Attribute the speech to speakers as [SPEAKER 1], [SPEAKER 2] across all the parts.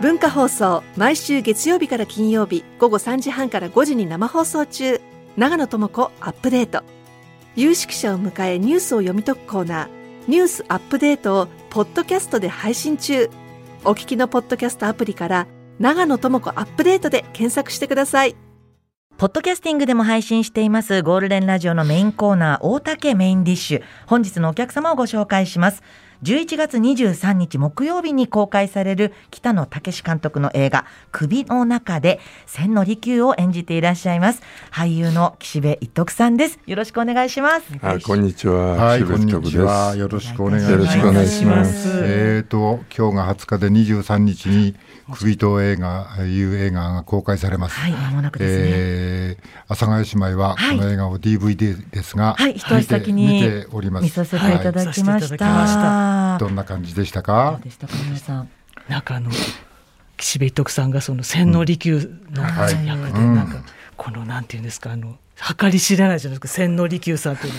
[SPEAKER 1] 文化放送毎週月曜日から金曜日午後3時半から5時に生放送中長野智子アップデート有識者を迎えニュースを読み解くコーナー「ニュースアップデート」をポッドキャストで配信中お聞きのポッドキャストアプリから「長野智子アップデート」で検索してください
[SPEAKER 2] ポッドキャスティングでも配信していますゴールデンラジオのメインコーナー大竹メインディッシュ本日のお客様をご紹介します11月23日木曜日に公開される北野武監督の映画首の中で千利休を演じていらっしゃいます俳優の岸辺一徳さんですよろしくお願いします
[SPEAKER 3] あ、こんにちは。
[SPEAKER 4] はい、こ
[SPEAKER 3] 渋
[SPEAKER 4] ん
[SPEAKER 3] 谷
[SPEAKER 4] に
[SPEAKER 3] 局
[SPEAKER 4] ちは。
[SPEAKER 3] で
[SPEAKER 4] よろしくお願いします。
[SPEAKER 3] よろしくお願いします
[SPEAKER 4] えっ、と、今日が20日で23日に、釘と映画、いう映画が公開されます。
[SPEAKER 2] はい間もなくですね、
[SPEAKER 4] えー、阿佐ヶ谷姉妹は
[SPEAKER 2] はい
[SPEAKER 4] この映画を DVD ですが、
[SPEAKER 2] はい一足先に
[SPEAKER 4] 見て見ております
[SPEAKER 2] 見させていた
[SPEAKER 4] は
[SPEAKER 2] だきま
[SPEAKER 5] はいさせ
[SPEAKER 2] し
[SPEAKER 5] ていただきましたた
[SPEAKER 4] どんな感じでした
[SPEAKER 2] ど
[SPEAKER 4] か
[SPEAKER 2] うでしたか皆さん
[SPEAKER 5] なんかあの岸辺一徳さんがその千利休の
[SPEAKER 4] はい
[SPEAKER 5] 役
[SPEAKER 4] う
[SPEAKER 5] で
[SPEAKER 4] ん
[SPEAKER 5] なんかこのなんていうんですかあの計り知れないじゃないですか千利休さんっていう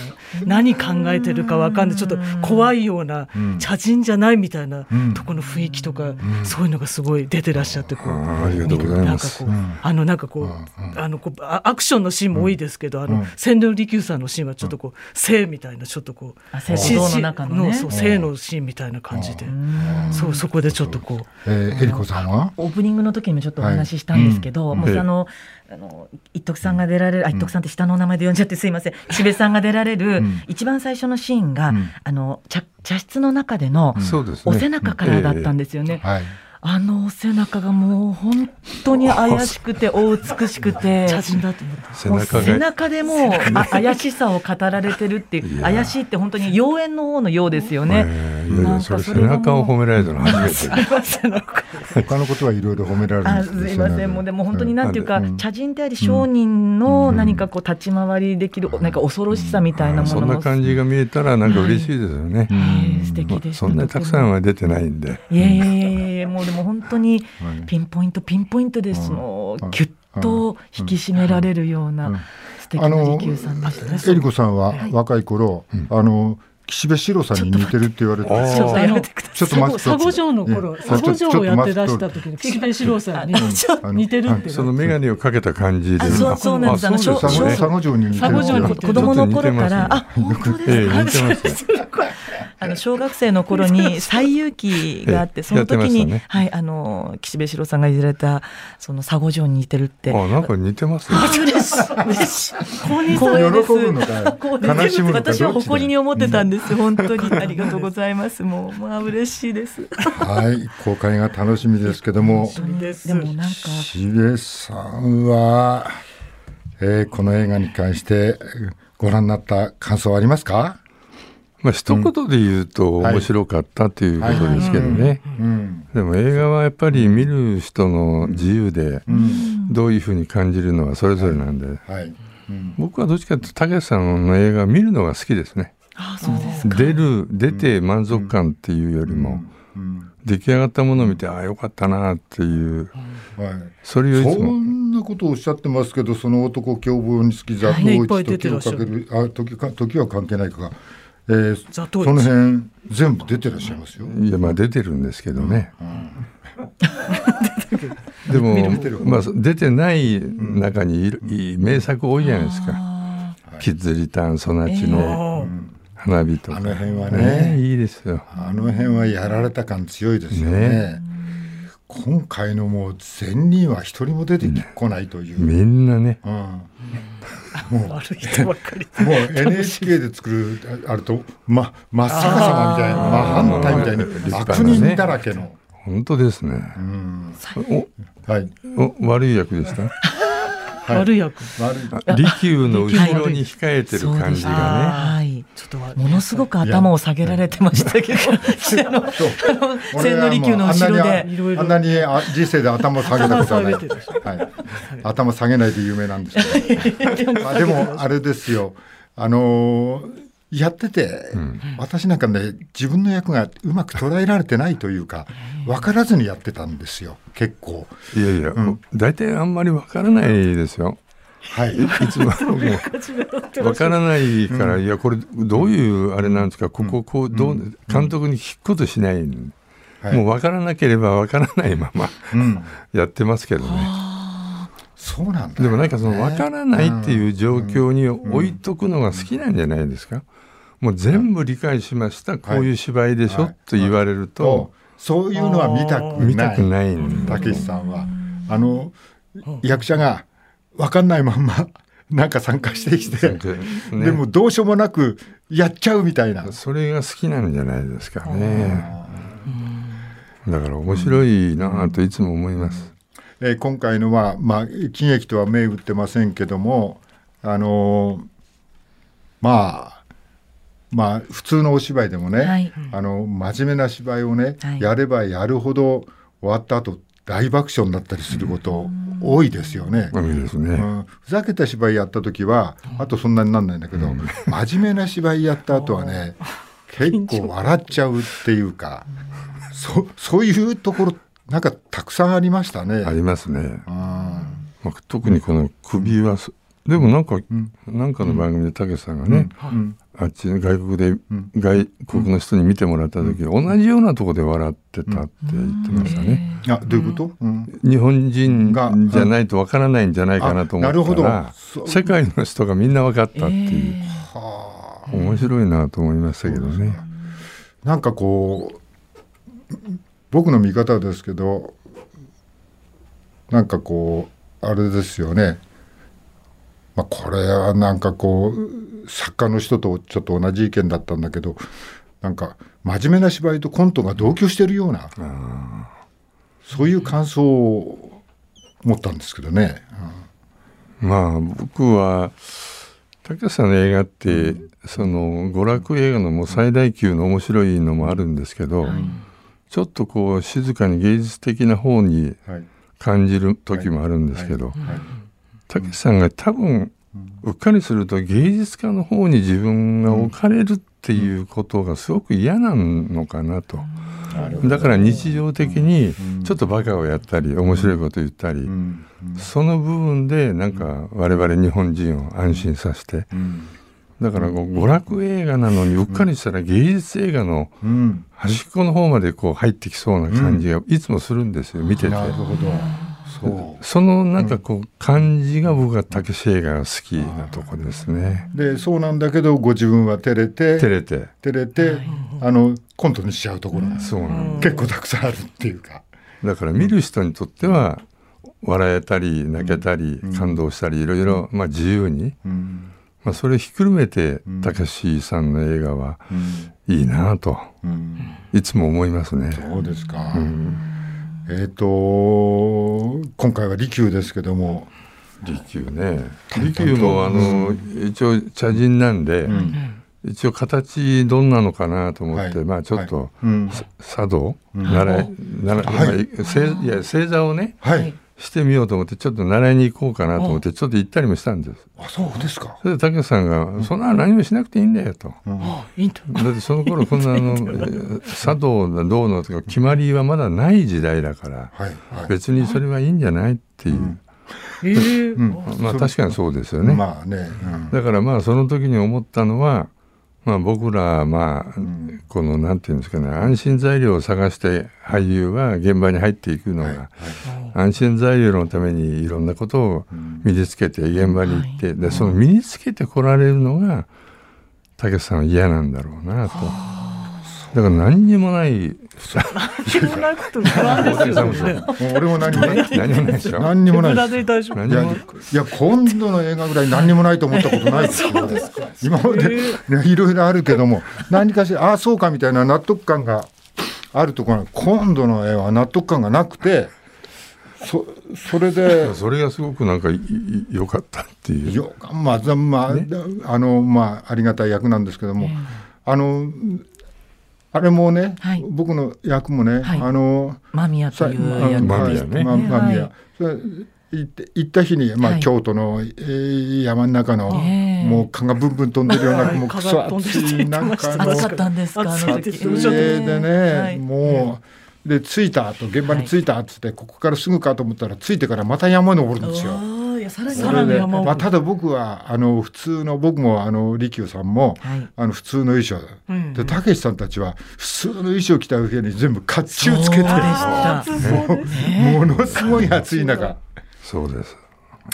[SPEAKER 5] のは何考えてるかわかんないちょっと怖いような
[SPEAKER 4] うん
[SPEAKER 5] 茶人じゃないみたいな
[SPEAKER 4] うん
[SPEAKER 5] とこの雰囲気とかそういうのがすごい出てらっしゃってこう
[SPEAKER 3] あありがとうございます。
[SPEAKER 5] なんかこう、あの、なんかこう、あの、こう、あアクションのシーンも多いですけど、あの、千利休さんのシーンはちょっとこう、性みたいな、ちょっとこ
[SPEAKER 2] あ
[SPEAKER 5] う。
[SPEAKER 2] 性と
[SPEAKER 5] し
[SPEAKER 2] 道の
[SPEAKER 5] し
[SPEAKER 2] 中のね
[SPEAKER 5] そう、性のシーンみたいな感じで。そう、そこでちょっとこう。
[SPEAKER 4] えー、えりこさんは
[SPEAKER 2] オープニングの時にもちょっとお話ししたんですけど、
[SPEAKER 4] はいうん
[SPEAKER 2] もう
[SPEAKER 3] ええ
[SPEAKER 2] あの、あの一徳さんが出られる、あ一徳さんって下のお名前で呼んじゃってすいません、しべさんが出られる
[SPEAKER 4] ん
[SPEAKER 2] 一番最初のシーンが、
[SPEAKER 4] うん
[SPEAKER 2] あの茶茶室の中での
[SPEAKER 3] そうです
[SPEAKER 2] お
[SPEAKER 3] ね。
[SPEAKER 2] 背中からだったんですよね。
[SPEAKER 4] はい。
[SPEAKER 2] あのお背中がもう本当に怪しくて、お美しくて。
[SPEAKER 5] 写真だと思って。
[SPEAKER 3] 背
[SPEAKER 2] もう
[SPEAKER 3] 中
[SPEAKER 2] 背
[SPEAKER 3] が。
[SPEAKER 2] 中でもうあ怪しさを語られてるっていう
[SPEAKER 3] いや
[SPEAKER 2] 怪しいって本当に妖艶の方のようですよね。
[SPEAKER 3] えーいやい
[SPEAKER 2] なん
[SPEAKER 3] や
[SPEAKER 2] か
[SPEAKER 3] それ
[SPEAKER 2] そ
[SPEAKER 3] 背
[SPEAKER 2] れがもう
[SPEAKER 3] 中を褒められたの 初めて。
[SPEAKER 4] 他のことはいろいろ褒められるん
[SPEAKER 2] あ
[SPEAKER 4] ですけど
[SPEAKER 2] すいません、もうでも本当になんていうか、
[SPEAKER 4] うん
[SPEAKER 2] 茶人であり商人の何かこう立ち回りできる、なんか恐ろしさみたいなも
[SPEAKER 3] そ
[SPEAKER 2] の
[SPEAKER 3] んな
[SPEAKER 2] も、
[SPEAKER 3] 感じが見えたらなんか嬉しいですよね。
[SPEAKER 2] えー素敵でした。
[SPEAKER 3] そんなたくさんは出てないんで。
[SPEAKER 2] いやいやいやいや、もうでも本当に
[SPEAKER 4] はい
[SPEAKER 2] ピンポイントピンポイントでその
[SPEAKER 4] うん
[SPEAKER 2] ぎゅっと引き締められるような素敵な
[SPEAKER 4] あの
[SPEAKER 2] 利休さんでしたね。
[SPEAKER 4] えりこさんは若い頃、あの岸辺四郎さんに似てるって言われて
[SPEAKER 3] ちょっと待って
[SPEAKER 5] ちょっと
[SPEAKER 2] あ
[SPEAKER 5] あ
[SPEAKER 2] の
[SPEAKER 4] ちょっと待
[SPEAKER 5] の
[SPEAKER 4] って
[SPEAKER 5] 佐護城の頃、
[SPEAKER 4] ね
[SPEAKER 5] 佐護城をやって出した
[SPEAKER 4] ちょっと
[SPEAKER 5] 時に、岸辺四郎さんに
[SPEAKER 4] あの
[SPEAKER 5] 似てるって。
[SPEAKER 3] その眼鏡をかけた感じで。
[SPEAKER 2] あそうそうなんです
[SPEAKER 3] あそ
[SPEAKER 2] あ
[SPEAKER 3] う
[SPEAKER 2] の
[SPEAKER 3] です
[SPEAKER 2] 小
[SPEAKER 3] ね
[SPEAKER 4] 佐
[SPEAKER 2] 小
[SPEAKER 4] 賀城に似てるって言われて
[SPEAKER 2] 子供の頃か
[SPEAKER 3] ちょ
[SPEAKER 2] ら、
[SPEAKER 3] っと似てます
[SPEAKER 2] あ
[SPEAKER 3] ね、
[SPEAKER 2] 本当ですか。
[SPEAKER 3] ええ似てますね。
[SPEAKER 2] あの小学生の頃に最遊記があっ
[SPEAKER 3] え
[SPEAKER 2] て、
[SPEAKER 3] え
[SPEAKER 2] その時
[SPEAKER 3] や
[SPEAKER 2] に、
[SPEAKER 3] ってましたね
[SPEAKER 2] はい、あの岸辺四郎さんがいじられた。その佐護城に似てるって。
[SPEAKER 3] あ、なんか似てますね。
[SPEAKER 2] 嬉しい嬉しい公 認されです
[SPEAKER 4] 喜ぶの か
[SPEAKER 2] 公認されで
[SPEAKER 4] 悲
[SPEAKER 2] す
[SPEAKER 4] しむのか
[SPEAKER 2] 私は誇りに思ってたんです、本当にありがとうございますもうまあ嬉しいです
[SPEAKER 4] はい公開が楽しみですけど も
[SPEAKER 2] でもなんか
[SPEAKER 4] 岸辺さんは、えーこの映画に関してご覧になった感想はありますか、
[SPEAKER 3] まあ一言で言うと面白かったということですけどね。
[SPEAKER 4] うん
[SPEAKER 3] でも映画はやっぱり見る人の自由でどういうふうに感じるのはそれぞれなんで、
[SPEAKER 4] はいうん
[SPEAKER 3] 僕はどっちかというとたけしさんの映画を見るのが好きですね
[SPEAKER 2] あそうです
[SPEAKER 3] 出る出て満足感っていうよりも
[SPEAKER 4] うん
[SPEAKER 3] 出来上がったものを見てああよかったなっていう
[SPEAKER 4] はい
[SPEAKER 3] それをいつ
[SPEAKER 4] そ
[SPEAKER 3] も
[SPEAKER 4] んなことをおっしゃってますけど、その男凶暴につき雑
[SPEAKER 5] ねい
[SPEAKER 4] 踏
[SPEAKER 5] っぱ
[SPEAKER 4] 打
[SPEAKER 5] い
[SPEAKER 4] ち
[SPEAKER 5] 出
[SPEAKER 4] 時
[SPEAKER 5] て
[SPEAKER 4] を
[SPEAKER 5] らっ
[SPEAKER 4] か
[SPEAKER 5] しゃ
[SPEAKER 4] け
[SPEAKER 5] る
[SPEAKER 4] る、あ時か時は関係ないかが、えー
[SPEAKER 5] 雑
[SPEAKER 4] そ
[SPEAKER 5] 踏打ち
[SPEAKER 4] の辺全部出てらっしゃいますよ。
[SPEAKER 3] いやまあ出てるんですけどね、でも
[SPEAKER 4] てる、
[SPEAKER 3] まあ、出てない中にいるいい名作多いじゃないですか
[SPEAKER 2] あ
[SPEAKER 3] 「キッズ・リターン・ソナチの
[SPEAKER 5] ああ
[SPEAKER 3] 花火」とか、
[SPEAKER 4] あの辺は
[SPEAKER 3] ね
[SPEAKER 4] ね、
[SPEAKER 3] いいですよ
[SPEAKER 4] あの辺はやられた感強いですよね。
[SPEAKER 3] ね
[SPEAKER 4] 今回のもう善人は一人も出てこないという。
[SPEAKER 3] みんなね
[SPEAKER 4] うん
[SPEAKER 5] 悪い人ばっかり。
[SPEAKER 4] もう NHK で作るああれと、ま、真っ逆さまみたいな真反対みたい
[SPEAKER 3] 立派
[SPEAKER 4] な悪
[SPEAKER 3] なね
[SPEAKER 4] 人だらけの、
[SPEAKER 3] 本当ですね、
[SPEAKER 4] はい、
[SPEAKER 3] お悪い役でした
[SPEAKER 4] い
[SPEAKER 5] 悪い役。
[SPEAKER 4] 悪い
[SPEAKER 3] 利休の後ろに控えてる感じ
[SPEAKER 2] ね
[SPEAKER 3] が
[SPEAKER 2] はい
[SPEAKER 5] ちょっと悪い
[SPEAKER 2] ものすごく頭を下げられてましたけど岸田の
[SPEAKER 4] そう
[SPEAKER 2] あの
[SPEAKER 4] 俺
[SPEAKER 2] 千
[SPEAKER 4] は
[SPEAKER 2] 利
[SPEAKER 4] も
[SPEAKER 2] 休
[SPEAKER 4] う
[SPEAKER 2] の
[SPEAKER 4] あんな
[SPEAKER 2] 後
[SPEAKER 4] に
[SPEAKER 2] ろ
[SPEAKER 4] あ
[SPEAKER 2] で
[SPEAKER 5] いろいろ
[SPEAKER 4] あんなにあ人生で頭を下げたことは ない。
[SPEAKER 5] 頭下げてる
[SPEAKER 4] はい、頭下げないで有名なんですけど。まあでもあれですよ。あのーやってて、私なんかね自分の役がうまく捉えられてないというか分からずにやってたんですよ結構
[SPEAKER 3] ねいやいや、大体あんまりわからないですよ
[SPEAKER 4] はい
[SPEAKER 3] いつももわからないから、いやこれどういうあれなんですかこここうどう、監督に聞くことしない
[SPEAKER 4] はい
[SPEAKER 3] もう分からなければ分からないま ま
[SPEAKER 4] うん、
[SPEAKER 3] やってますけどね。
[SPEAKER 4] そうなんだ、
[SPEAKER 3] でもなんかその分からないっていう状況に置いとくのが好きなんじゃないですか。もう全部理解しました、こういう芝居でしょ、
[SPEAKER 4] はい
[SPEAKER 3] と言われると、
[SPEAKER 4] そうそういうのは見たくない
[SPEAKER 3] 見たくないんだ
[SPEAKER 4] たけしさんはあの役者が分かんないまんま なんか参加してきて、
[SPEAKER 3] ね
[SPEAKER 4] でもどうしようもなくやっちゃうみたいな、
[SPEAKER 3] それが好きなんじゃないですかね。だから面白いなぁといつも思います。
[SPEAKER 4] えー今回のは、まあ、喜劇とは銘打ってませんけどもあのーまあまあ普通のお芝居でもね、
[SPEAKER 2] はい
[SPEAKER 4] あの真面目な芝居をね、
[SPEAKER 2] はい
[SPEAKER 4] やればやるほど終わった後大爆笑になったりすること多いですよね。
[SPEAKER 3] いいです
[SPEAKER 4] う
[SPEAKER 3] ね。
[SPEAKER 4] んふざけた芝居やった時はあとそんなになんないんだけど、真面目な芝居やった後は ね結構笑っちゃうっていうかそそういうところなんかたくさんありましたね。
[SPEAKER 3] ありますね。
[SPEAKER 4] うん
[SPEAKER 3] まあ、特にこの首はそ、でもなんか、
[SPEAKER 4] ん
[SPEAKER 3] なんかの番組でたけしさんがね、
[SPEAKER 4] うん
[SPEAKER 3] あっちの外国で
[SPEAKER 4] ん
[SPEAKER 3] 外国の人に見てもらった時、同じようなとこで笑ってたって言ってましたね。
[SPEAKER 4] あどういうこと、うん
[SPEAKER 3] 日本人
[SPEAKER 4] が
[SPEAKER 3] じゃないとわからないんじゃないかなと思
[SPEAKER 4] あなる
[SPEAKER 3] っ
[SPEAKER 4] ほ
[SPEAKER 3] た
[SPEAKER 4] ど
[SPEAKER 3] ら、
[SPEAKER 4] そう
[SPEAKER 3] 世界の人がみんなわかったっていう、
[SPEAKER 4] はあ
[SPEAKER 3] 面白いなと思いましたけどね。
[SPEAKER 4] なんかこう僕の見方ですけどなんかこうあれですよね、まあ、これはなんかこう作家の人とちょっと同じ意見だったんだけどなんか真面目な芝居とコントが同居してるようなそういう感想を持ったんですけどね。
[SPEAKER 3] まあ僕は武さんの映画ってその娯楽映画のもう最大級の面白いのもあるんですけど、ちょっとこう静かに芸術的な方に
[SPEAKER 4] うんはい
[SPEAKER 3] 感じる時もあるんですけど
[SPEAKER 4] はい
[SPEAKER 3] 武さんが多分うっかりすると芸術家の方に自分が置かれるっていうことがすごく嫌なのかなと。
[SPEAKER 4] なるほど
[SPEAKER 3] だから日常的にちょっとバカをやったり面白いこと言ったり、
[SPEAKER 4] うん
[SPEAKER 3] その部分でなんか我々日本人を安心させて
[SPEAKER 4] うん
[SPEAKER 3] だからこう娯楽映画なのにうっかりしたら芸術映画の
[SPEAKER 4] うん
[SPEAKER 3] 端っこの方までこう入ってきそうな感じがいつもするんですよ見てて
[SPEAKER 4] なるほどそう
[SPEAKER 3] そのなんかこう感じが僕は武志映画が好きなとこですね
[SPEAKER 4] でそうなんだけどご自分は照れて
[SPEAKER 3] 照れて
[SPEAKER 4] 照れて、あのコントにしちゃうところが、
[SPEAKER 3] そうなんだ
[SPEAKER 4] 結構たくさんあるっていうか、
[SPEAKER 3] だから見る人にとっては笑えたり泣けたり感動したりいろいろまあ自由に
[SPEAKER 4] うん
[SPEAKER 3] まあそれをひっくるめて武志さんの映画は
[SPEAKER 4] うん
[SPEAKER 3] いいなぁといつも思いますね。
[SPEAKER 4] そうですか、えっ、と今回は利休ですけども
[SPEAKER 3] 利休ね利休もあの、一応茶人なんで、一応形どんなのかなと思って、
[SPEAKER 4] はい
[SPEAKER 3] まあちょっと、
[SPEAKER 4] うん
[SPEAKER 3] さ茶道、習い習い、
[SPEAKER 4] はい
[SPEAKER 3] まあせいや正座をね
[SPEAKER 4] はい、
[SPEAKER 3] してみようと思ってちょっと習いに行こうかなと思ってちょっと行ったりもしたんです。
[SPEAKER 4] あそうですか
[SPEAKER 3] それで竹さんが「そんなの何もしなくていいんだよ」と。
[SPEAKER 5] あインタ
[SPEAKER 3] だってその頃こんなあのえ ー茶道だどうのとか決まりはまだない時代だから、
[SPEAKER 4] はいはい
[SPEAKER 3] 別にそれはいいんじゃないっていう、
[SPEAKER 5] ええ
[SPEAKER 3] まあ確かにそうですよね。
[SPEAKER 4] まあね、うん
[SPEAKER 3] だからまあその時に思ったのは、まあ、僕らまあこのなんていうんですかね安心材料を探して俳優は現場に入っていくのが安心材料のためにいろんなことを身につけて現場に行ってでその身につけてこられるのが武さんは嫌なんだろうなと。だから何にもない
[SPEAKER 5] 何もなくても不安ですよね。
[SPEAKER 4] もう俺も何もない
[SPEAKER 3] 何もないでしょ
[SPEAKER 4] 何にもない
[SPEAKER 5] 無
[SPEAKER 4] で
[SPEAKER 5] 駄
[SPEAKER 4] す
[SPEAKER 5] で大丈夫。
[SPEAKER 3] 何
[SPEAKER 4] い
[SPEAKER 3] に
[SPEAKER 4] や
[SPEAKER 3] も
[SPEAKER 4] いや今度の映画ぐらい何にもないと思ったことないですよ今までねいろいろあるけども何かしらああそうかみたいな納得感があるところが今度の映画は納得感がなくてそそれで
[SPEAKER 3] それがすごくなんかいい良かったっていう。
[SPEAKER 4] よまあざまあ、あのまあありがたい役なんですけども、あのあれもね、
[SPEAKER 2] はい
[SPEAKER 4] 僕の役もね、
[SPEAKER 2] はい
[SPEAKER 4] あの
[SPEAKER 2] 間宮という
[SPEAKER 4] さ
[SPEAKER 2] 役
[SPEAKER 3] マミ
[SPEAKER 2] で
[SPEAKER 3] ヤ
[SPEAKER 2] す
[SPEAKER 3] ね
[SPEAKER 4] まマミヤ
[SPEAKER 2] はい
[SPEAKER 4] それ行って行った日に、まあ
[SPEAKER 2] はい
[SPEAKER 4] 京都の、えー山の中の、
[SPEAKER 2] ええ
[SPEAKER 4] もう蚊がブンブン飛んでるような、
[SPEAKER 5] はい
[SPEAKER 4] もう
[SPEAKER 5] 蚊
[SPEAKER 4] く
[SPEAKER 5] が
[SPEAKER 4] そ
[SPEAKER 5] 飛んで
[SPEAKER 4] 暑
[SPEAKER 5] るって
[SPEAKER 4] い
[SPEAKER 5] 言って
[SPEAKER 4] なん
[SPEAKER 5] ま
[SPEAKER 4] か
[SPEAKER 5] した
[SPEAKER 4] あの
[SPEAKER 2] 暑かったんですかあ
[SPEAKER 5] 暑か
[SPEAKER 2] の
[SPEAKER 5] ったで
[SPEAKER 2] 時
[SPEAKER 5] すおっし
[SPEAKER 4] そ
[SPEAKER 5] ゃっ
[SPEAKER 4] れでね、
[SPEAKER 2] はい
[SPEAKER 4] もうで着いたと現場に着いたっつってここからすぐかと思ったら着いてからまた山登るんですよ。
[SPEAKER 2] ああ
[SPEAKER 5] やさらに
[SPEAKER 4] それでまあ、ただ僕はあの普通の僕もあの利休さんも、
[SPEAKER 2] はい
[SPEAKER 4] あの普通の衣装だ、
[SPEAKER 5] うん
[SPEAKER 4] でたけしさんたちは普通の衣装着た上に全部甲冑つけて
[SPEAKER 2] そうでした
[SPEAKER 5] あーそうです
[SPEAKER 2] ね
[SPEAKER 4] ものすごい暑い中
[SPEAKER 3] そうです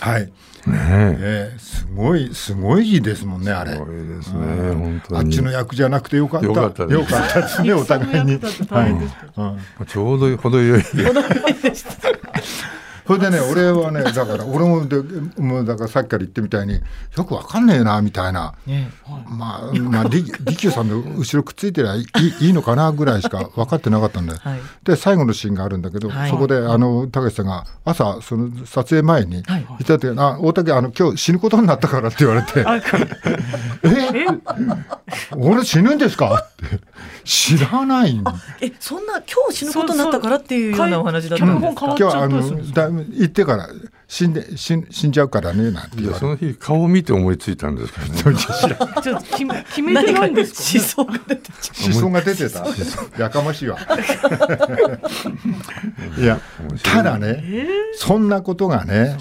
[SPEAKER 4] はい、
[SPEAKER 3] ね
[SPEAKER 4] ええすごいすごいですもんねあ
[SPEAKER 3] え
[SPEAKER 4] れ
[SPEAKER 3] すごいですね本当
[SPEAKER 4] あっ
[SPEAKER 3] に
[SPEAKER 4] ちの役じゃなくてよかった
[SPEAKER 3] よかったです
[SPEAKER 4] よかったですねお互いに、はいうん、
[SPEAKER 3] ちょうど程よい
[SPEAKER 4] それでね俺はねだから俺もでもうだからさっきから言ってみたいによくわかんねえなみたいな。
[SPEAKER 2] ね
[SPEAKER 4] まあ、まあ、利利休さんの後ろくっついてりゃいいいいのかなぐらいしか分かってなかったんで、
[SPEAKER 2] はい
[SPEAKER 4] で最後のシーンがあるんだけど、
[SPEAKER 2] はい
[SPEAKER 4] そこであの高橋さんが朝その撮影前に
[SPEAKER 2] はい
[SPEAKER 4] いたって、あ大竹あの今日死ぬことになったからって言われて「 え俺死ぬんですか?」って知らないん
[SPEAKER 2] えそんな今日死ぬことになったからっていうようなお話だった
[SPEAKER 5] そ
[SPEAKER 2] ん
[SPEAKER 5] う
[SPEAKER 2] です
[SPEAKER 5] そう
[SPEAKER 2] か
[SPEAKER 5] 脚本変
[SPEAKER 4] 今
[SPEAKER 5] わっ
[SPEAKER 4] 日
[SPEAKER 5] ちゃ
[SPEAKER 4] あのだ
[SPEAKER 5] ったりするんですか
[SPEAKER 4] 行ってから死んで死ん死んじゃうからねなんて言われ
[SPEAKER 3] そ
[SPEAKER 4] て
[SPEAKER 3] の日顔を見て思いついたんですけどね
[SPEAKER 5] ちょっと決め決めてないんですか、
[SPEAKER 2] 思想が出てきちゃ
[SPEAKER 4] 思想が出てたやかましい わいやただね、そんなことがね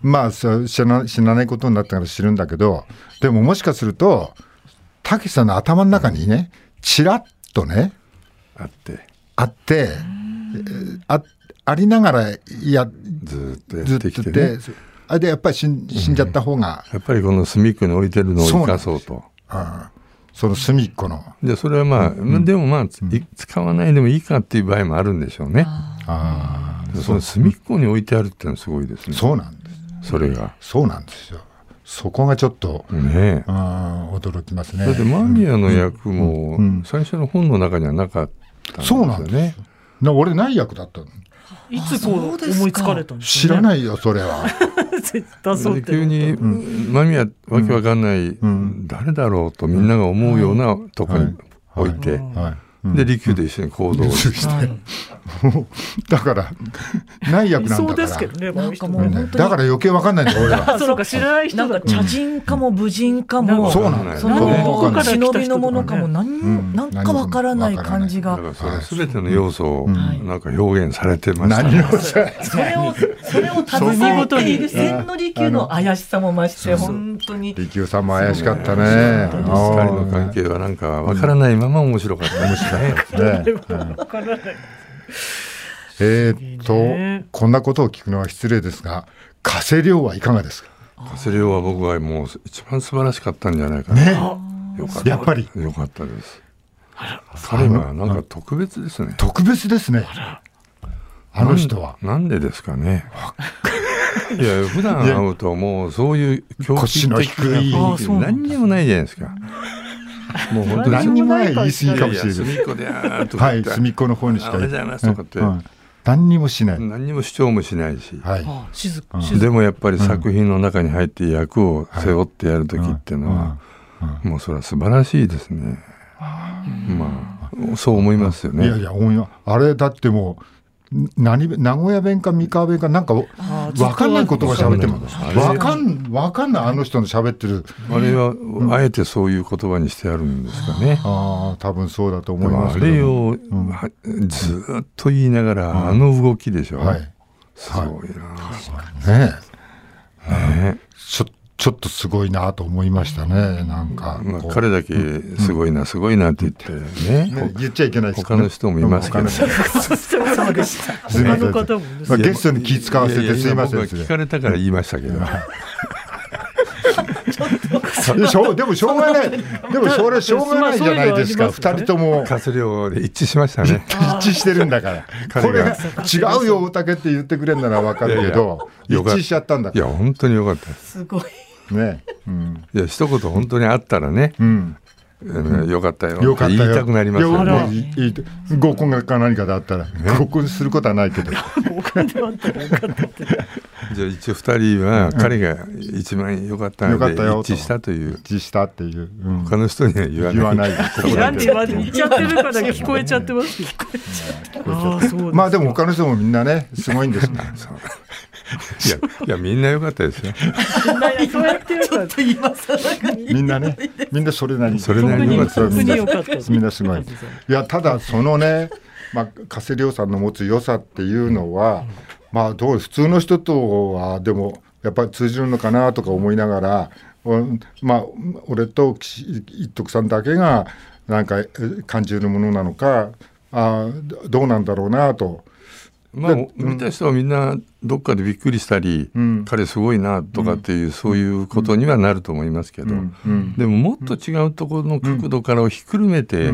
[SPEAKER 4] まあそう死な死なないことになったから知るんだけどでももしかするとたけしさんの頭の中にねちらっとね
[SPEAKER 3] あって
[SPEAKER 4] あってえーあありながらや
[SPEAKER 3] ずーっとや
[SPEAKER 4] ず
[SPEAKER 3] っ
[SPEAKER 4] って
[SPEAKER 3] き
[SPEAKER 4] とってて
[SPEAKER 3] ね
[SPEAKER 4] あでやっぱり死ん死んじゃった方が、
[SPEAKER 3] やっぱりこの隅っこに置いてるのを生かそうと
[SPEAKER 4] あーその隅っこの
[SPEAKER 3] でそれはまあ、でもまあ、つい使わないでもいいかっていう場合もあるんでしょうね
[SPEAKER 4] あー
[SPEAKER 3] その隅っこに置いてあるってのはすごいですね
[SPEAKER 4] そうなんです
[SPEAKER 3] それが
[SPEAKER 4] そうなんですよそこがちょっと、
[SPEAKER 3] ね
[SPEAKER 4] うーん驚きますね
[SPEAKER 3] だってマニアの役も最初の本の中にはなかったんです
[SPEAKER 4] そ
[SPEAKER 3] よ
[SPEAKER 4] うなんですねな俺ない役だったの
[SPEAKER 5] いつこ
[SPEAKER 2] そう
[SPEAKER 5] う
[SPEAKER 2] ですか
[SPEAKER 5] 思いつかれたんです
[SPEAKER 4] 知
[SPEAKER 5] か、
[SPEAKER 4] ら
[SPEAKER 5] ね、
[SPEAKER 4] ないよそれは
[SPEAKER 5] 絶対そうって
[SPEAKER 3] 急に間宮わけわかんない誰だろうとみんなが思うようなとこに置いて
[SPEAKER 4] はい
[SPEAKER 3] で利休と一緒に行動をして
[SPEAKER 4] もう だからない役
[SPEAKER 5] い
[SPEAKER 4] なん
[SPEAKER 5] そ
[SPEAKER 4] だか
[SPEAKER 5] うで
[SPEAKER 4] ら
[SPEAKER 5] すけどね
[SPEAKER 2] なんかもう
[SPEAKER 4] うん
[SPEAKER 2] 本当に
[SPEAKER 4] だから余計わかんないんだよ俺は
[SPEAKER 5] あそうか知らない
[SPEAKER 2] いな
[SPEAKER 5] 人
[SPEAKER 2] んか
[SPEAKER 5] だ
[SPEAKER 2] 茶人かも武人かも
[SPEAKER 4] そうなんだよ
[SPEAKER 2] その
[SPEAKER 4] ね
[SPEAKER 2] どこか
[SPEAKER 5] ね
[SPEAKER 2] 忍びのものかも何にも
[SPEAKER 4] うん
[SPEAKER 2] なんかわからない感じ
[SPEAKER 3] だ
[SPEAKER 2] が
[SPEAKER 3] からそれ全ての要素をなんか表現されてました
[SPEAKER 4] 何
[SPEAKER 3] ね
[SPEAKER 4] をさ
[SPEAKER 2] それ をそれを携えている千利休の怪しさも増して本当に
[SPEAKER 4] 利休さんも怪しかったね
[SPEAKER 3] 二人の関係はなんかわからないまま面白かった面白い
[SPEAKER 4] あーね
[SPEAKER 5] わからない
[SPEAKER 4] えーっと
[SPEAKER 5] いいね
[SPEAKER 4] こんなことを聞くのは失礼ですが加瀬亮はいかがですか
[SPEAKER 3] カセリオは僕はもう一番素晴らしかったんじゃないかな。よかった。
[SPEAKER 4] やっぱり
[SPEAKER 3] よかったです。彼はなんか特別ですね。
[SPEAKER 4] 特別ですねあの人は
[SPEAKER 3] なんでですか ね。いや普段会うともうそういう狂気的な
[SPEAKER 4] 腰
[SPEAKER 5] の低い
[SPEAKER 3] 何にもないじゃないです か。もう本当に
[SPEAKER 4] 何にもない言い過ぎかもしれない
[SPEAKER 3] 隅っこであーっとか
[SPEAKER 4] は
[SPEAKER 3] 言っ
[SPEAKER 4] い、
[SPEAKER 3] て
[SPEAKER 4] 隅っこの方にし
[SPEAKER 3] あ
[SPEAKER 4] か
[SPEAKER 3] おはようございますとかって
[SPEAKER 4] うん何にもしない。
[SPEAKER 3] 何にも主張もしないし。
[SPEAKER 4] はい。
[SPEAKER 5] あ静か
[SPEAKER 3] でもやっぱり作品の中に入って役を背負ってやる時っていうのは、もうそれは素晴らしいですね。まあそう思いますよ
[SPEAKER 4] いやい
[SPEAKER 3] ね。
[SPEAKER 4] や、思いまあれだってもう、ん何べ名古屋弁か三河弁かなんかわかんない言葉喋っても
[SPEAKER 3] あ
[SPEAKER 4] わかんわかんないあの人の喋ってる
[SPEAKER 3] あれはあえてそういう言葉にしてあるんですかね。
[SPEAKER 4] ああ多分そうだと
[SPEAKER 3] で
[SPEAKER 4] 思い
[SPEAKER 3] も
[SPEAKER 4] ま
[SPEAKER 3] あ
[SPEAKER 4] すけ
[SPEAKER 3] れ
[SPEAKER 4] ど
[SPEAKER 3] をはずーっと言いながらあの動きでしょ。
[SPEAKER 4] はいね
[SPEAKER 3] すごいな。
[SPEAKER 4] え
[SPEAKER 3] ね
[SPEAKER 4] ちょちょっとすごいなと思いましたねなんか
[SPEAKER 3] まあ
[SPEAKER 4] こう
[SPEAKER 3] 彼だけすごいなすごいなって言って
[SPEAKER 4] ね
[SPEAKER 3] ね。
[SPEAKER 4] 言っちゃいけないです
[SPEAKER 3] 他の人もいますけど。
[SPEAKER 5] そうでした
[SPEAKER 4] すいません
[SPEAKER 5] 他の方もね
[SPEAKER 4] まあゲストに気使わせ
[SPEAKER 3] いや
[SPEAKER 4] て
[SPEAKER 3] いや
[SPEAKER 4] すいません
[SPEAKER 3] 今僕が聞かれたから言いましたけど。
[SPEAKER 4] いやしょうでもしょうがないでもそれしょうがないじゃないですか二
[SPEAKER 5] まあそういうのはありますよね
[SPEAKER 4] 人とも
[SPEAKER 3] 活量で一致しましたね。
[SPEAKER 4] 一致してるんだから。
[SPEAKER 3] 彼が
[SPEAKER 4] これが違うよ大竹って言ってくれるならわかるけど、
[SPEAKER 3] いやよ
[SPEAKER 4] 一
[SPEAKER 3] かった
[SPEAKER 4] 致しちゃったんだ
[SPEAKER 3] い。や本当に良かったです。
[SPEAKER 2] すごい
[SPEAKER 4] ね。うん。
[SPEAKER 3] いや一言本当にあったらね、
[SPEAKER 4] うん。
[SPEAKER 3] うんよかったよ
[SPEAKER 4] よ
[SPEAKER 3] って
[SPEAKER 4] かった
[SPEAKER 3] 言い
[SPEAKER 4] よ。
[SPEAKER 3] たくなりますよ
[SPEAKER 4] よ
[SPEAKER 3] ね。
[SPEAKER 4] ねいいいい合コンがか何かであったら、合コンすることはないけど。
[SPEAKER 3] じゃあ一応二人は彼が一番良かったの
[SPEAKER 4] よか
[SPEAKER 3] で
[SPEAKER 4] ったよ
[SPEAKER 3] 一致したという
[SPEAKER 4] 一致したっていう。うん
[SPEAKER 3] 他の人には言わない。
[SPEAKER 4] 言わない。
[SPEAKER 5] なんで今言っちゃってるから聞こえちゃってますけどああそうです
[SPEAKER 4] まあでも他の人もみんなね、すごいんですね。
[SPEAKER 3] いやいやみんな良かったですよ。
[SPEAKER 5] そうやってるから
[SPEAKER 2] と言います
[SPEAKER 4] みんなね、みんなそれなりに。
[SPEAKER 3] それなりに良かったです
[SPEAKER 5] 特に良かっ
[SPEAKER 4] みん
[SPEAKER 5] た
[SPEAKER 4] なすごい。いやただそのね、 まあ、加瀬亮さんの持つ良さっていうのは、まあどう普通の人とはでもやっぱり通じるのかなとか思いながら、まあ、俺と一徳さんだけがなんか感じるものなのかあどうなんだろうなと。
[SPEAKER 3] まあ、見た人はみんなどっかでびっくりしたり、うん、彼すごいなとかっていう、うん、そういうことにはなると思いますけど、うん、でももっと違うところの角度からをひっくるめて、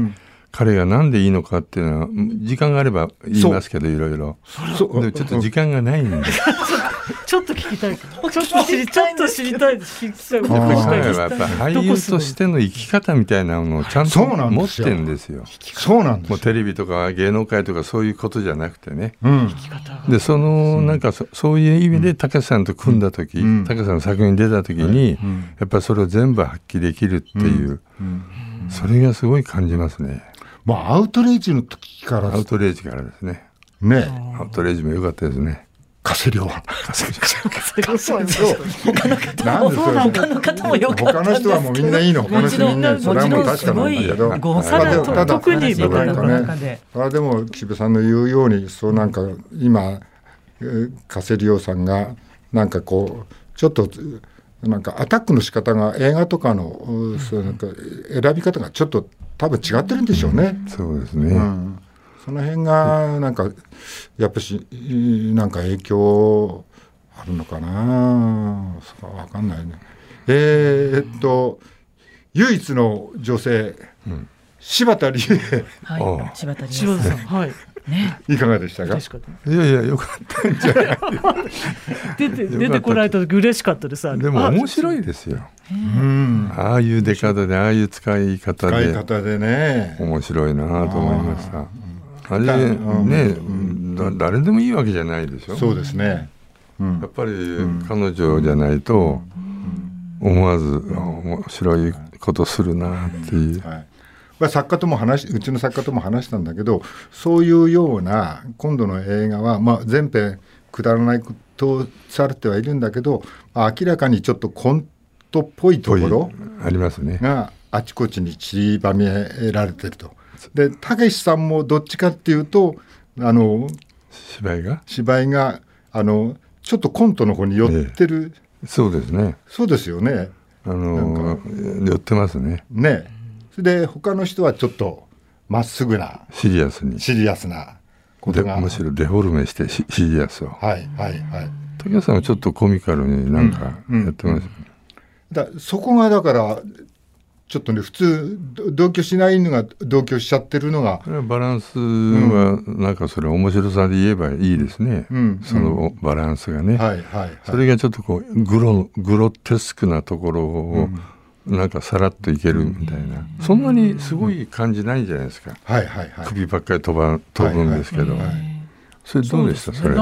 [SPEAKER 3] 彼が何でいいのかっていうのは時間があれば言いますけどいろいろちょっと時間がないんで
[SPEAKER 5] ちょっと聞きたいちょっと知りたいちょっと知りたいです聞きたい
[SPEAKER 3] 彼はやっぱ俳優としての生き方みたいなのをちゃんと持ってんですよ
[SPEAKER 4] そうなんです
[SPEAKER 3] もうテレビとか芸能界とかそういうことじゃなくてね、
[SPEAKER 4] うん、
[SPEAKER 3] でそのなんかそそういう意味でたけしさんと組んだ時たけしさんの作品に出た時に、うん、やっぱそれを全部発揮できるっていう、うん、それがすごい感じますね
[SPEAKER 4] まあ、アウトレイジの時から
[SPEAKER 3] アウトレイジからですね。
[SPEAKER 4] ね
[SPEAKER 3] アウトレイジも良かったですね。
[SPEAKER 4] カセリオは。
[SPEAKER 3] カ
[SPEAKER 4] セ
[SPEAKER 5] リオそう他の方も、他の方も良か
[SPEAKER 4] 他の人はもうみんないいの。他の人みんなに。それはもう確かなんだけど。
[SPEAKER 5] 誤差だ特に僕の中で。
[SPEAKER 4] あでも、岸辺さんの言うように、そうなんか、今、カセリオさんが、なんかこう、ちょっと、なんかアタックの仕方が映画とかの、そうなんか選び方がちょっと多分違ってるんでしょうね。、
[SPEAKER 3] そうですね、うん
[SPEAKER 4] その辺がなんかやっぱしなんか影響あるのかなそ分かんないね。えー、っと唯一の女性、うん、柴田理恵、
[SPEAKER 2] はい、柴田理
[SPEAKER 5] 恵さん。はい
[SPEAKER 4] ね、いかがでしたか。
[SPEAKER 3] いやいや、よかったんじゃない。
[SPEAKER 5] 出て、出てこられた時、嬉しかったです。
[SPEAKER 3] でも、面白いですよ。ああいう出方で、ああいう使い方で。
[SPEAKER 4] 使い方でね。
[SPEAKER 3] 面白いなと思いました。あれ、ね、誰でもいいわけじゃないでしょ
[SPEAKER 4] そうですね。
[SPEAKER 3] やっぱり、彼女じゃないと。思わず、面白いことするなっていう。
[SPEAKER 4] 作家とも話うちの作家とも話したんだけどそういうような今度の映画は、まあ、全編くだらないとされてはいるんだけど、まあ、明らかにちょっとコントっぽいところ
[SPEAKER 3] ありますね
[SPEAKER 4] があちこちに散りばめられてると。でたけしさんもどっちかっていうとあの
[SPEAKER 3] 芝居が
[SPEAKER 4] 芝居があのちょっとコントの方に寄ってる、
[SPEAKER 3] ええ、そうですね
[SPEAKER 4] そうですよね
[SPEAKER 3] あの寄ってますね
[SPEAKER 4] ねで他の人はちょっとまっすぐな
[SPEAKER 3] シリアスに
[SPEAKER 4] シリアスな
[SPEAKER 3] ことがむしろデフォルメしてシリアスを
[SPEAKER 4] はいはいはい
[SPEAKER 3] 竹谷さんはちょっとコミカルになんかやってます、ね
[SPEAKER 4] うんうん、だそこがだからちょっとね普通同居しないのが同居しちゃってるのが
[SPEAKER 3] バランスはなんかそれ面白さで言えばいいですね、うん、そのバランスがね、
[SPEAKER 4] はいはい、はい、
[SPEAKER 3] それがちょっとこうグログロテスクなところを、なんかさらっといけるみたいな、そんなにすごい感じないじゃないですか、
[SPEAKER 4] はいはいはい、
[SPEAKER 3] 首ばっかり飛ば飛ぶんですけど、それどうでしたそれ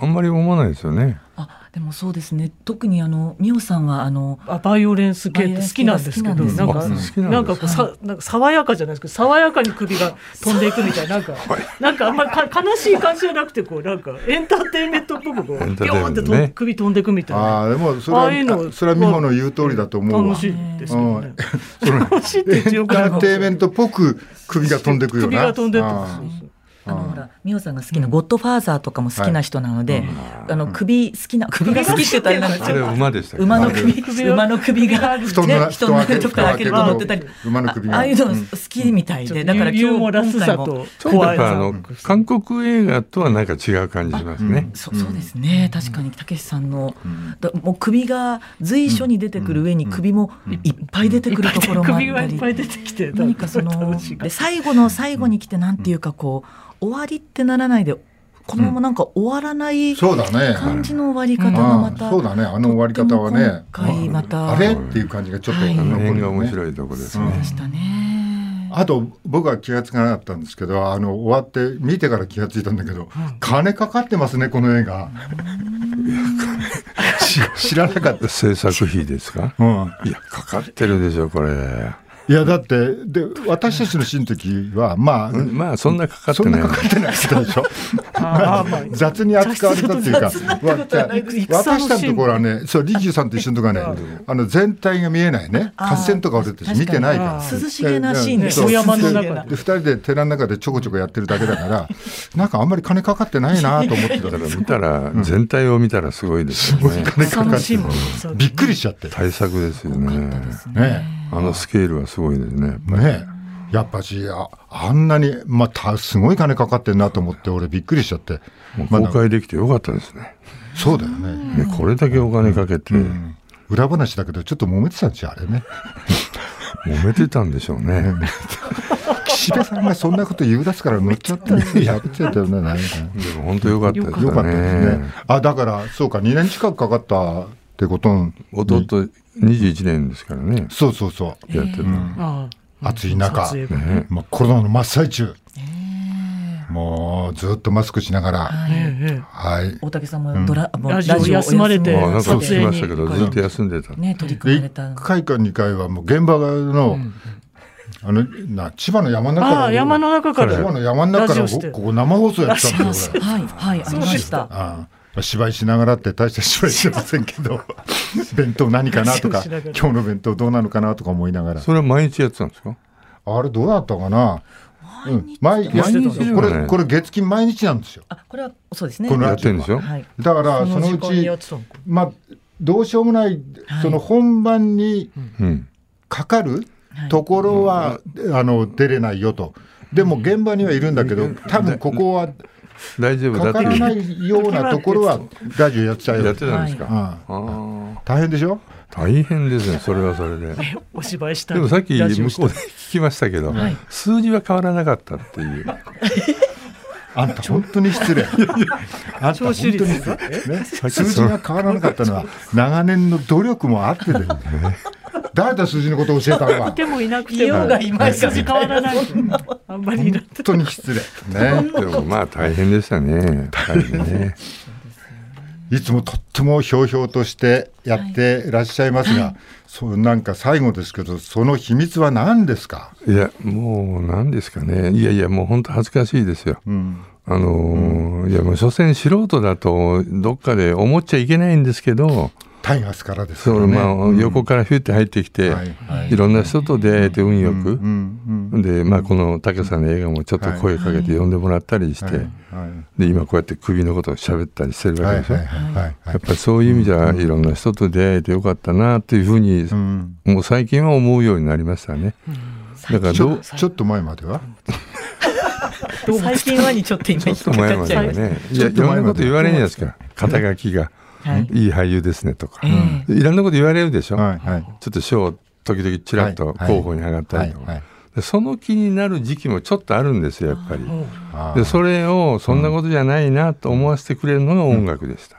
[SPEAKER 3] あんまり思わないですよね
[SPEAKER 2] あでもそうですね特にあの美桜さんはあの
[SPEAKER 5] あバイオレンス系って好きなんですけどなんかなんかさなんか爽やかじゃないですけど爽やかに首が飛んでいくみたいななんかなんかあんまりか悲しい感じじゃなくてこうなんかエンターテインメントっぽくこうビョーンってと、首飛んでいくみたいな
[SPEAKER 4] あでもそれはああそれは美穂の言う通りだと思
[SPEAKER 5] う楽しいですけどね、楽しいって言ってよ
[SPEAKER 4] くエンターテインメントっぽく首が飛んでいくよな
[SPEAKER 5] 首が飛んでいく
[SPEAKER 2] あのほら美桜さんが好きな「ゴッドファーザー」とかも好きな人なので、あの首好きな首が好きって言ったらなん
[SPEAKER 3] か馬でした
[SPEAKER 2] 馬の首馬の首が
[SPEAKER 4] 布団の
[SPEAKER 2] 人のとか開けると乗ってたり
[SPEAKER 4] 馬の首
[SPEAKER 2] ああいうの好きみたいで、だから
[SPEAKER 5] 今日もラスさと
[SPEAKER 3] 怖いあの韓国映画とはなんか違う感じしますね、
[SPEAKER 2] そうそうですね確かにたけしさんの、もう首が随所に出てくる上に首もいっぱい出てくるところもあ
[SPEAKER 5] 首がいっぱい出てきて
[SPEAKER 2] 何かそので最後の最後に来てなんていうかこう、終わりってならないでこのままなんか終わらない感じの終わり方がまた、
[SPEAKER 4] そうだねあの終わり方はね
[SPEAKER 2] 今また、
[SPEAKER 4] あれっていう感じがちょっと、はい、
[SPEAKER 3] 残りが面白いとこです
[SPEAKER 2] ね。そうでしたね
[SPEAKER 4] あと僕は気が付かなかったんですけどあの終わって見てから気が付いたんだけど、金かかってますねこの映画。
[SPEAKER 3] 知らなかった制作費ですか、
[SPEAKER 4] うん、
[SPEAKER 3] いやかかってるでしょこれ。
[SPEAKER 4] いやだってで私たちの死の時はまあ、
[SPEAKER 3] まあそんなかかって
[SPEAKER 4] そん
[SPEAKER 3] な
[SPEAKER 4] ないかかってない人でしょまあ雑に扱われたっていうかわじゃあ私たちのところはねそうリキューさんと一緒のところはねあの全体が見えないね合戦とか俺たち見てないから
[SPEAKER 2] 確かに涼しげなシーンね
[SPEAKER 4] そう
[SPEAKER 2] お山の中で
[SPEAKER 4] でで二人で寺の中でちょこちょこやってるだけだからなんかあんまり金かかってないなと思ってたから
[SPEAKER 3] だから見たら、全体を見たらすごいですよね
[SPEAKER 4] 金かか
[SPEAKER 5] 楽
[SPEAKER 4] って
[SPEAKER 5] しむ
[SPEAKER 4] びっくりしちゃって
[SPEAKER 3] 対策ですよね
[SPEAKER 4] ね
[SPEAKER 3] あのスケールはすごいですね
[SPEAKER 4] ねえやっぱしああんなに、まあ、たすごい金かかってんなと思って俺びっくりしちゃって、
[SPEAKER 3] もう
[SPEAKER 4] まあ
[SPEAKER 3] 公開できてよかったですね
[SPEAKER 4] そうだよね、
[SPEAKER 3] ねこれだけお金かけて揉
[SPEAKER 4] 裏話だけどちょっと揉めてたんじゃあれね
[SPEAKER 3] めてたんでしょうね
[SPEAKER 4] 岸辺さんがそんなこと言う出すから乗っちゃったね やってたよねなんか
[SPEAKER 3] でも本当よかったですね
[SPEAKER 4] よかったですねあだからそうか2年近くかかったってことに
[SPEAKER 3] 弟21年ですからね
[SPEAKER 4] そうそうそう
[SPEAKER 3] やってた、
[SPEAKER 5] あ
[SPEAKER 4] 暑い
[SPEAKER 5] あ
[SPEAKER 4] 中
[SPEAKER 5] 撮、影
[SPEAKER 3] ね
[SPEAKER 4] まあ、コロナの真っ最中、もうずっとマスクしながら、
[SPEAKER 2] は
[SPEAKER 5] え
[SPEAKER 2] い
[SPEAKER 5] えええ
[SPEAKER 4] はい、
[SPEAKER 2] 大竹さんもドラ、もう
[SPEAKER 5] ラジオ休まれて
[SPEAKER 3] あなんか
[SPEAKER 5] 撮
[SPEAKER 3] 聞き
[SPEAKER 5] 影
[SPEAKER 3] ま
[SPEAKER 5] に
[SPEAKER 3] したけどずっと休んでた、
[SPEAKER 2] ね、取り組まれ
[SPEAKER 4] で
[SPEAKER 2] た
[SPEAKER 4] 1。回か2回はもう現場の,、あのな千葉の山の中
[SPEAKER 5] ああ山の中から
[SPEAKER 4] 千葉の山の中
[SPEAKER 5] ラジ
[SPEAKER 4] からこ
[SPEAKER 5] オして
[SPEAKER 4] ここ生放送やってたんだよこれ
[SPEAKER 2] はい、はい、ありました。
[SPEAKER 4] ああ芝居しながらって大した芝居してませんけど弁当何かなとか
[SPEAKER 5] 芝居しながら
[SPEAKER 4] 今日の弁当どうなのかなとか思いながら
[SPEAKER 3] それは毎日やってたんですか
[SPEAKER 4] あれどうだったかなうん毎
[SPEAKER 3] 毎日
[SPEAKER 4] 日こ
[SPEAKER 3] じゃな
[SPEAKER 4] れ
[SPEAKER 3] い
[SPEAKER 4] これ月金毎日なんですよ
[SPEAKER 2] あ、これは、そうですね。
[SPEAKER 4] この
[SPEAKER 3] やってるんでしょ、
[SPEAKER 2] はい。
[SPEAKER 4] だからその
[SPEAKER 5] その
[SPEAKER 4] う
[SPEAKER 5] 時間にやっ
[SPEAKER 4] ち
[SPEAKER 5] てたのか
[SPEAKER 4] まあどうしようもない
[SPEAKER 2] はい
[SPEAKER 4] その本番に
[SPEAKER 3] うん、
[SPEAKER 4] かかる
[SPEAKER 2] はい
[SPEAKER 4] ところは、あの出れないよとでも現場にはいるんだけど多分ここは
[SPEAKER 3] 大丈夫だ
[SPEAKER 4] か
[SPEAKER 3] って
[SPEAKER 4] からな
[SPEAKER 3] いう
[SPEAKER 4] いようなところはラジオやってたよ
[SPEAKER 3] やってたんですか、
[SPEAKER 4] うん
[SPEAKER 3] あ
[SPEAKER 4] 大変でしょ
[SPEAKER 3] あ大変ですねそれはそ れで
[SPEAKER 5] お芝居した
[SPEAKER 3] で
[SPEAKER 5] り
[SPEAKER 3] もさっき向
[SPEAKER 5] ラジオした
[SPEAKER 3] こう
[SPEAKER 5] り
[SPEAKER 3] で聞きましたけど、
[SPEAKER 2] はい
[SPEAKER 3] 数字は変わらなかったっていう
[SPEAKER 4] あんた本当に失礼あんた本当に失礼、ね、数字が変わらなかったのは長年の努力もあってだよね誰だ数字のこと教えたのは本
[SPEAKER 5] でもいなく
[SPEAKER 2] い
[SPEAKER 5] て
[SPEAKER 2] よ
[SPEAKER 5] も
[SPEAKER 2] うがいまい
[SPEAKER 5] 数字
[SPEAKER 2] ち
[SPEAKER 5] 変わらないあんまりいなくて
[SPEAKER 4] 当に失礼ね
[SPEAKER 3] でもまあ大変でしたね大変ね
[SPEAKER 4] いつもとってもひょうひょうとしてやってらっしゃいますが、そうなんか最後ですけどその秘密は何ですか、
[SPEAKER 3] いやもう何ですかねいやいやもう本当恥ずかしいですよ
[SPEAKER 4] うん
[SPEAKER 3] あのーいやもう所詮素人だとどっかで思っちゃいけないんですけど
[SPEAKER 4] タイガースからですか
[SPEAKER 3] そ
[SPEAKER 4] ら
[SPEAKER 3] の
[SPEAKER 4] ね。
[SPEAKER 3] まあ横からヒュって入ってきて、
[SPEAKER 4] はい
[SPEAKER 3] い
[SPEAKER 4] はい
[SPEAKER 3] ろんな人と出会えて運よく、
[SPEAKER 4] うんうん
[SPEAKER 3] で、まあ、この武さんの映画もちょっと声かけて呼んでもらったりして、
[SPEAKER 4] はい
[SPEAKER 3] で今こうやって首のことを喋ったりしてるわ
[SPEAKER 4] は
[SPEAKER 3] け
[SPEAKER 4] い
[SPEAKER 3] でしょ、
[SPEAKER 4] はいはいは
[SPEAKER 3] や
[SPEAKER 4] い
[SPEAKER 3] っぱりそういう意味じゃいろんな人と出会えてよかったなというふうに、
[SPEAKER 4] うん
[SPEAKER 3] もう最近は思うようになりましたね。だから
[SPEAKER 4] ち
[SPEAKER 3] ど
[SPEAKER 4] ょ
[SPEAKER 3] う
[SPEAKER 4] ちょっと前までは
[SPEAKER 2] 最近はにちょっと今
[SPEAKER 3] ちょ
[SPEAKER 2] 引
[SPEAKER 3] っ
[SPEAKER 2] っ
[SPEAKER 3] と
[SPEAKER 2] か
[SPEAKER 3] 前
[SPEAKER 2] か
[SPEAKER 3] ま
[SPEAKER 2] っち
[SPEAKER 3] で
[SPEAKER 2] ゃ
[SPEAKER 3] は
[SPEAKER 2] ま
[SPEAKER 3] い
[SPEAKER 2] した。
[SPEAKER 3] ね、い
[SPEAKER 4] ち
[SPEAKER 3] や、
[SPEAKER 4] ょ
[SPEAKER 3] い
[SPEAKER 4] っと
[SPEAKER 3] ろん
[SPEAKER 4] 前
[SPEAKER 3] な
[SPEAKER 4] ま
[SPEAKER 3] こと
[SPEAKER 4] で
[SPEAKER 3] 言われるじゃないですか、肩書きが、
[SPEAKER 2] はい
[SPEAKER 3] い、い俳優ですねとか、
[SPEAKER 2] ええ
[SPEAKER 3] いろんなこと言われるでしょ、
[SPEAKER 4] はいはい
[SPEAKER 3] ちょっと賞、時々ちらっと候補に上がったりとか、
[SPEAKER 4] はいはい
[SPEAKER 3] でその気になる時期もちょっとあるんですよ、やっぱり。
[SPEAKER 4] あー
[SPEAKER 3] でそれをそんなことじゃないなと思わせてくれるのが音楽でした、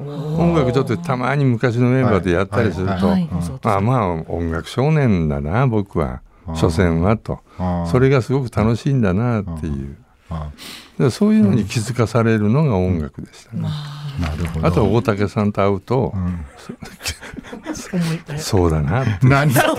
[SPEAKER 3] 音楽ちょっとたまに昔のメンバーでやったりすると、
[SPEAKER 4] はい
[SPEAKER 2] はいはい
[SPEAKER 3] あまあ音楽少年だな僕は所詮はと
[SPEAKER 4] あー
[SPEAKER 3] それがすごく楽しいんだなっていう
[SPEAKER 4] あ
[SPEAKER 3] でそういうのに気づかされるのが音楽でしたね、
[SPEAKER 4] ーなるほど
[SPEAKER 3] あとは大竹さんと会うと、
[SPEAKER 5] 思い出
[SPEAKER 3] そうだなって
[SPEAKER 4] 何
[SPEAKER 5] そう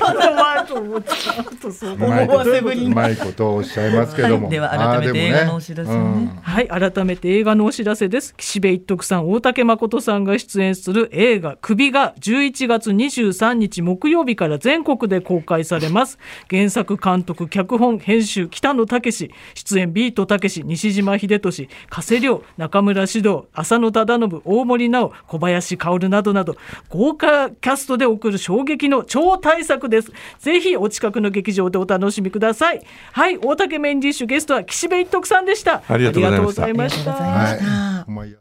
[SPEAKER 4] うまいこ
[SPEAKER 2] 思わせぶ
[SPEAKER 4] と
[SPEAKER 2] り
[SPEAKER 4] うまいことをおっしゃいますけども
[SPEAKER 2] はいでは改めて
[SPEAKER 4] あーでもね
[SPEAKER 2] 映画のお知らせをね
[SPEAKER 4] うん
[SPEAKER 5] はい改めて映画のお知らせです岸辺一徳さん大竹誠さんが出演する映画「首」が11月23日木曜日から全国で公開されます原作監督脚本編集北野武出演ビートたけし西島秀俊加瀬亮中村獅童浅野忠信大森奈緒小林薫などなど豪華キャストで送る衝撃の超大作ですぜひお近くの劇場でお楽しみくださいはい大竹メインディッシュゲストは岸辺一徳さんでした
[SPEAKER 3] ありがとうございました
[SPEAKER 5] ありがとうございま
[SPEAKER 2] ありがとうございました
[SPEAKER 4] はいお前や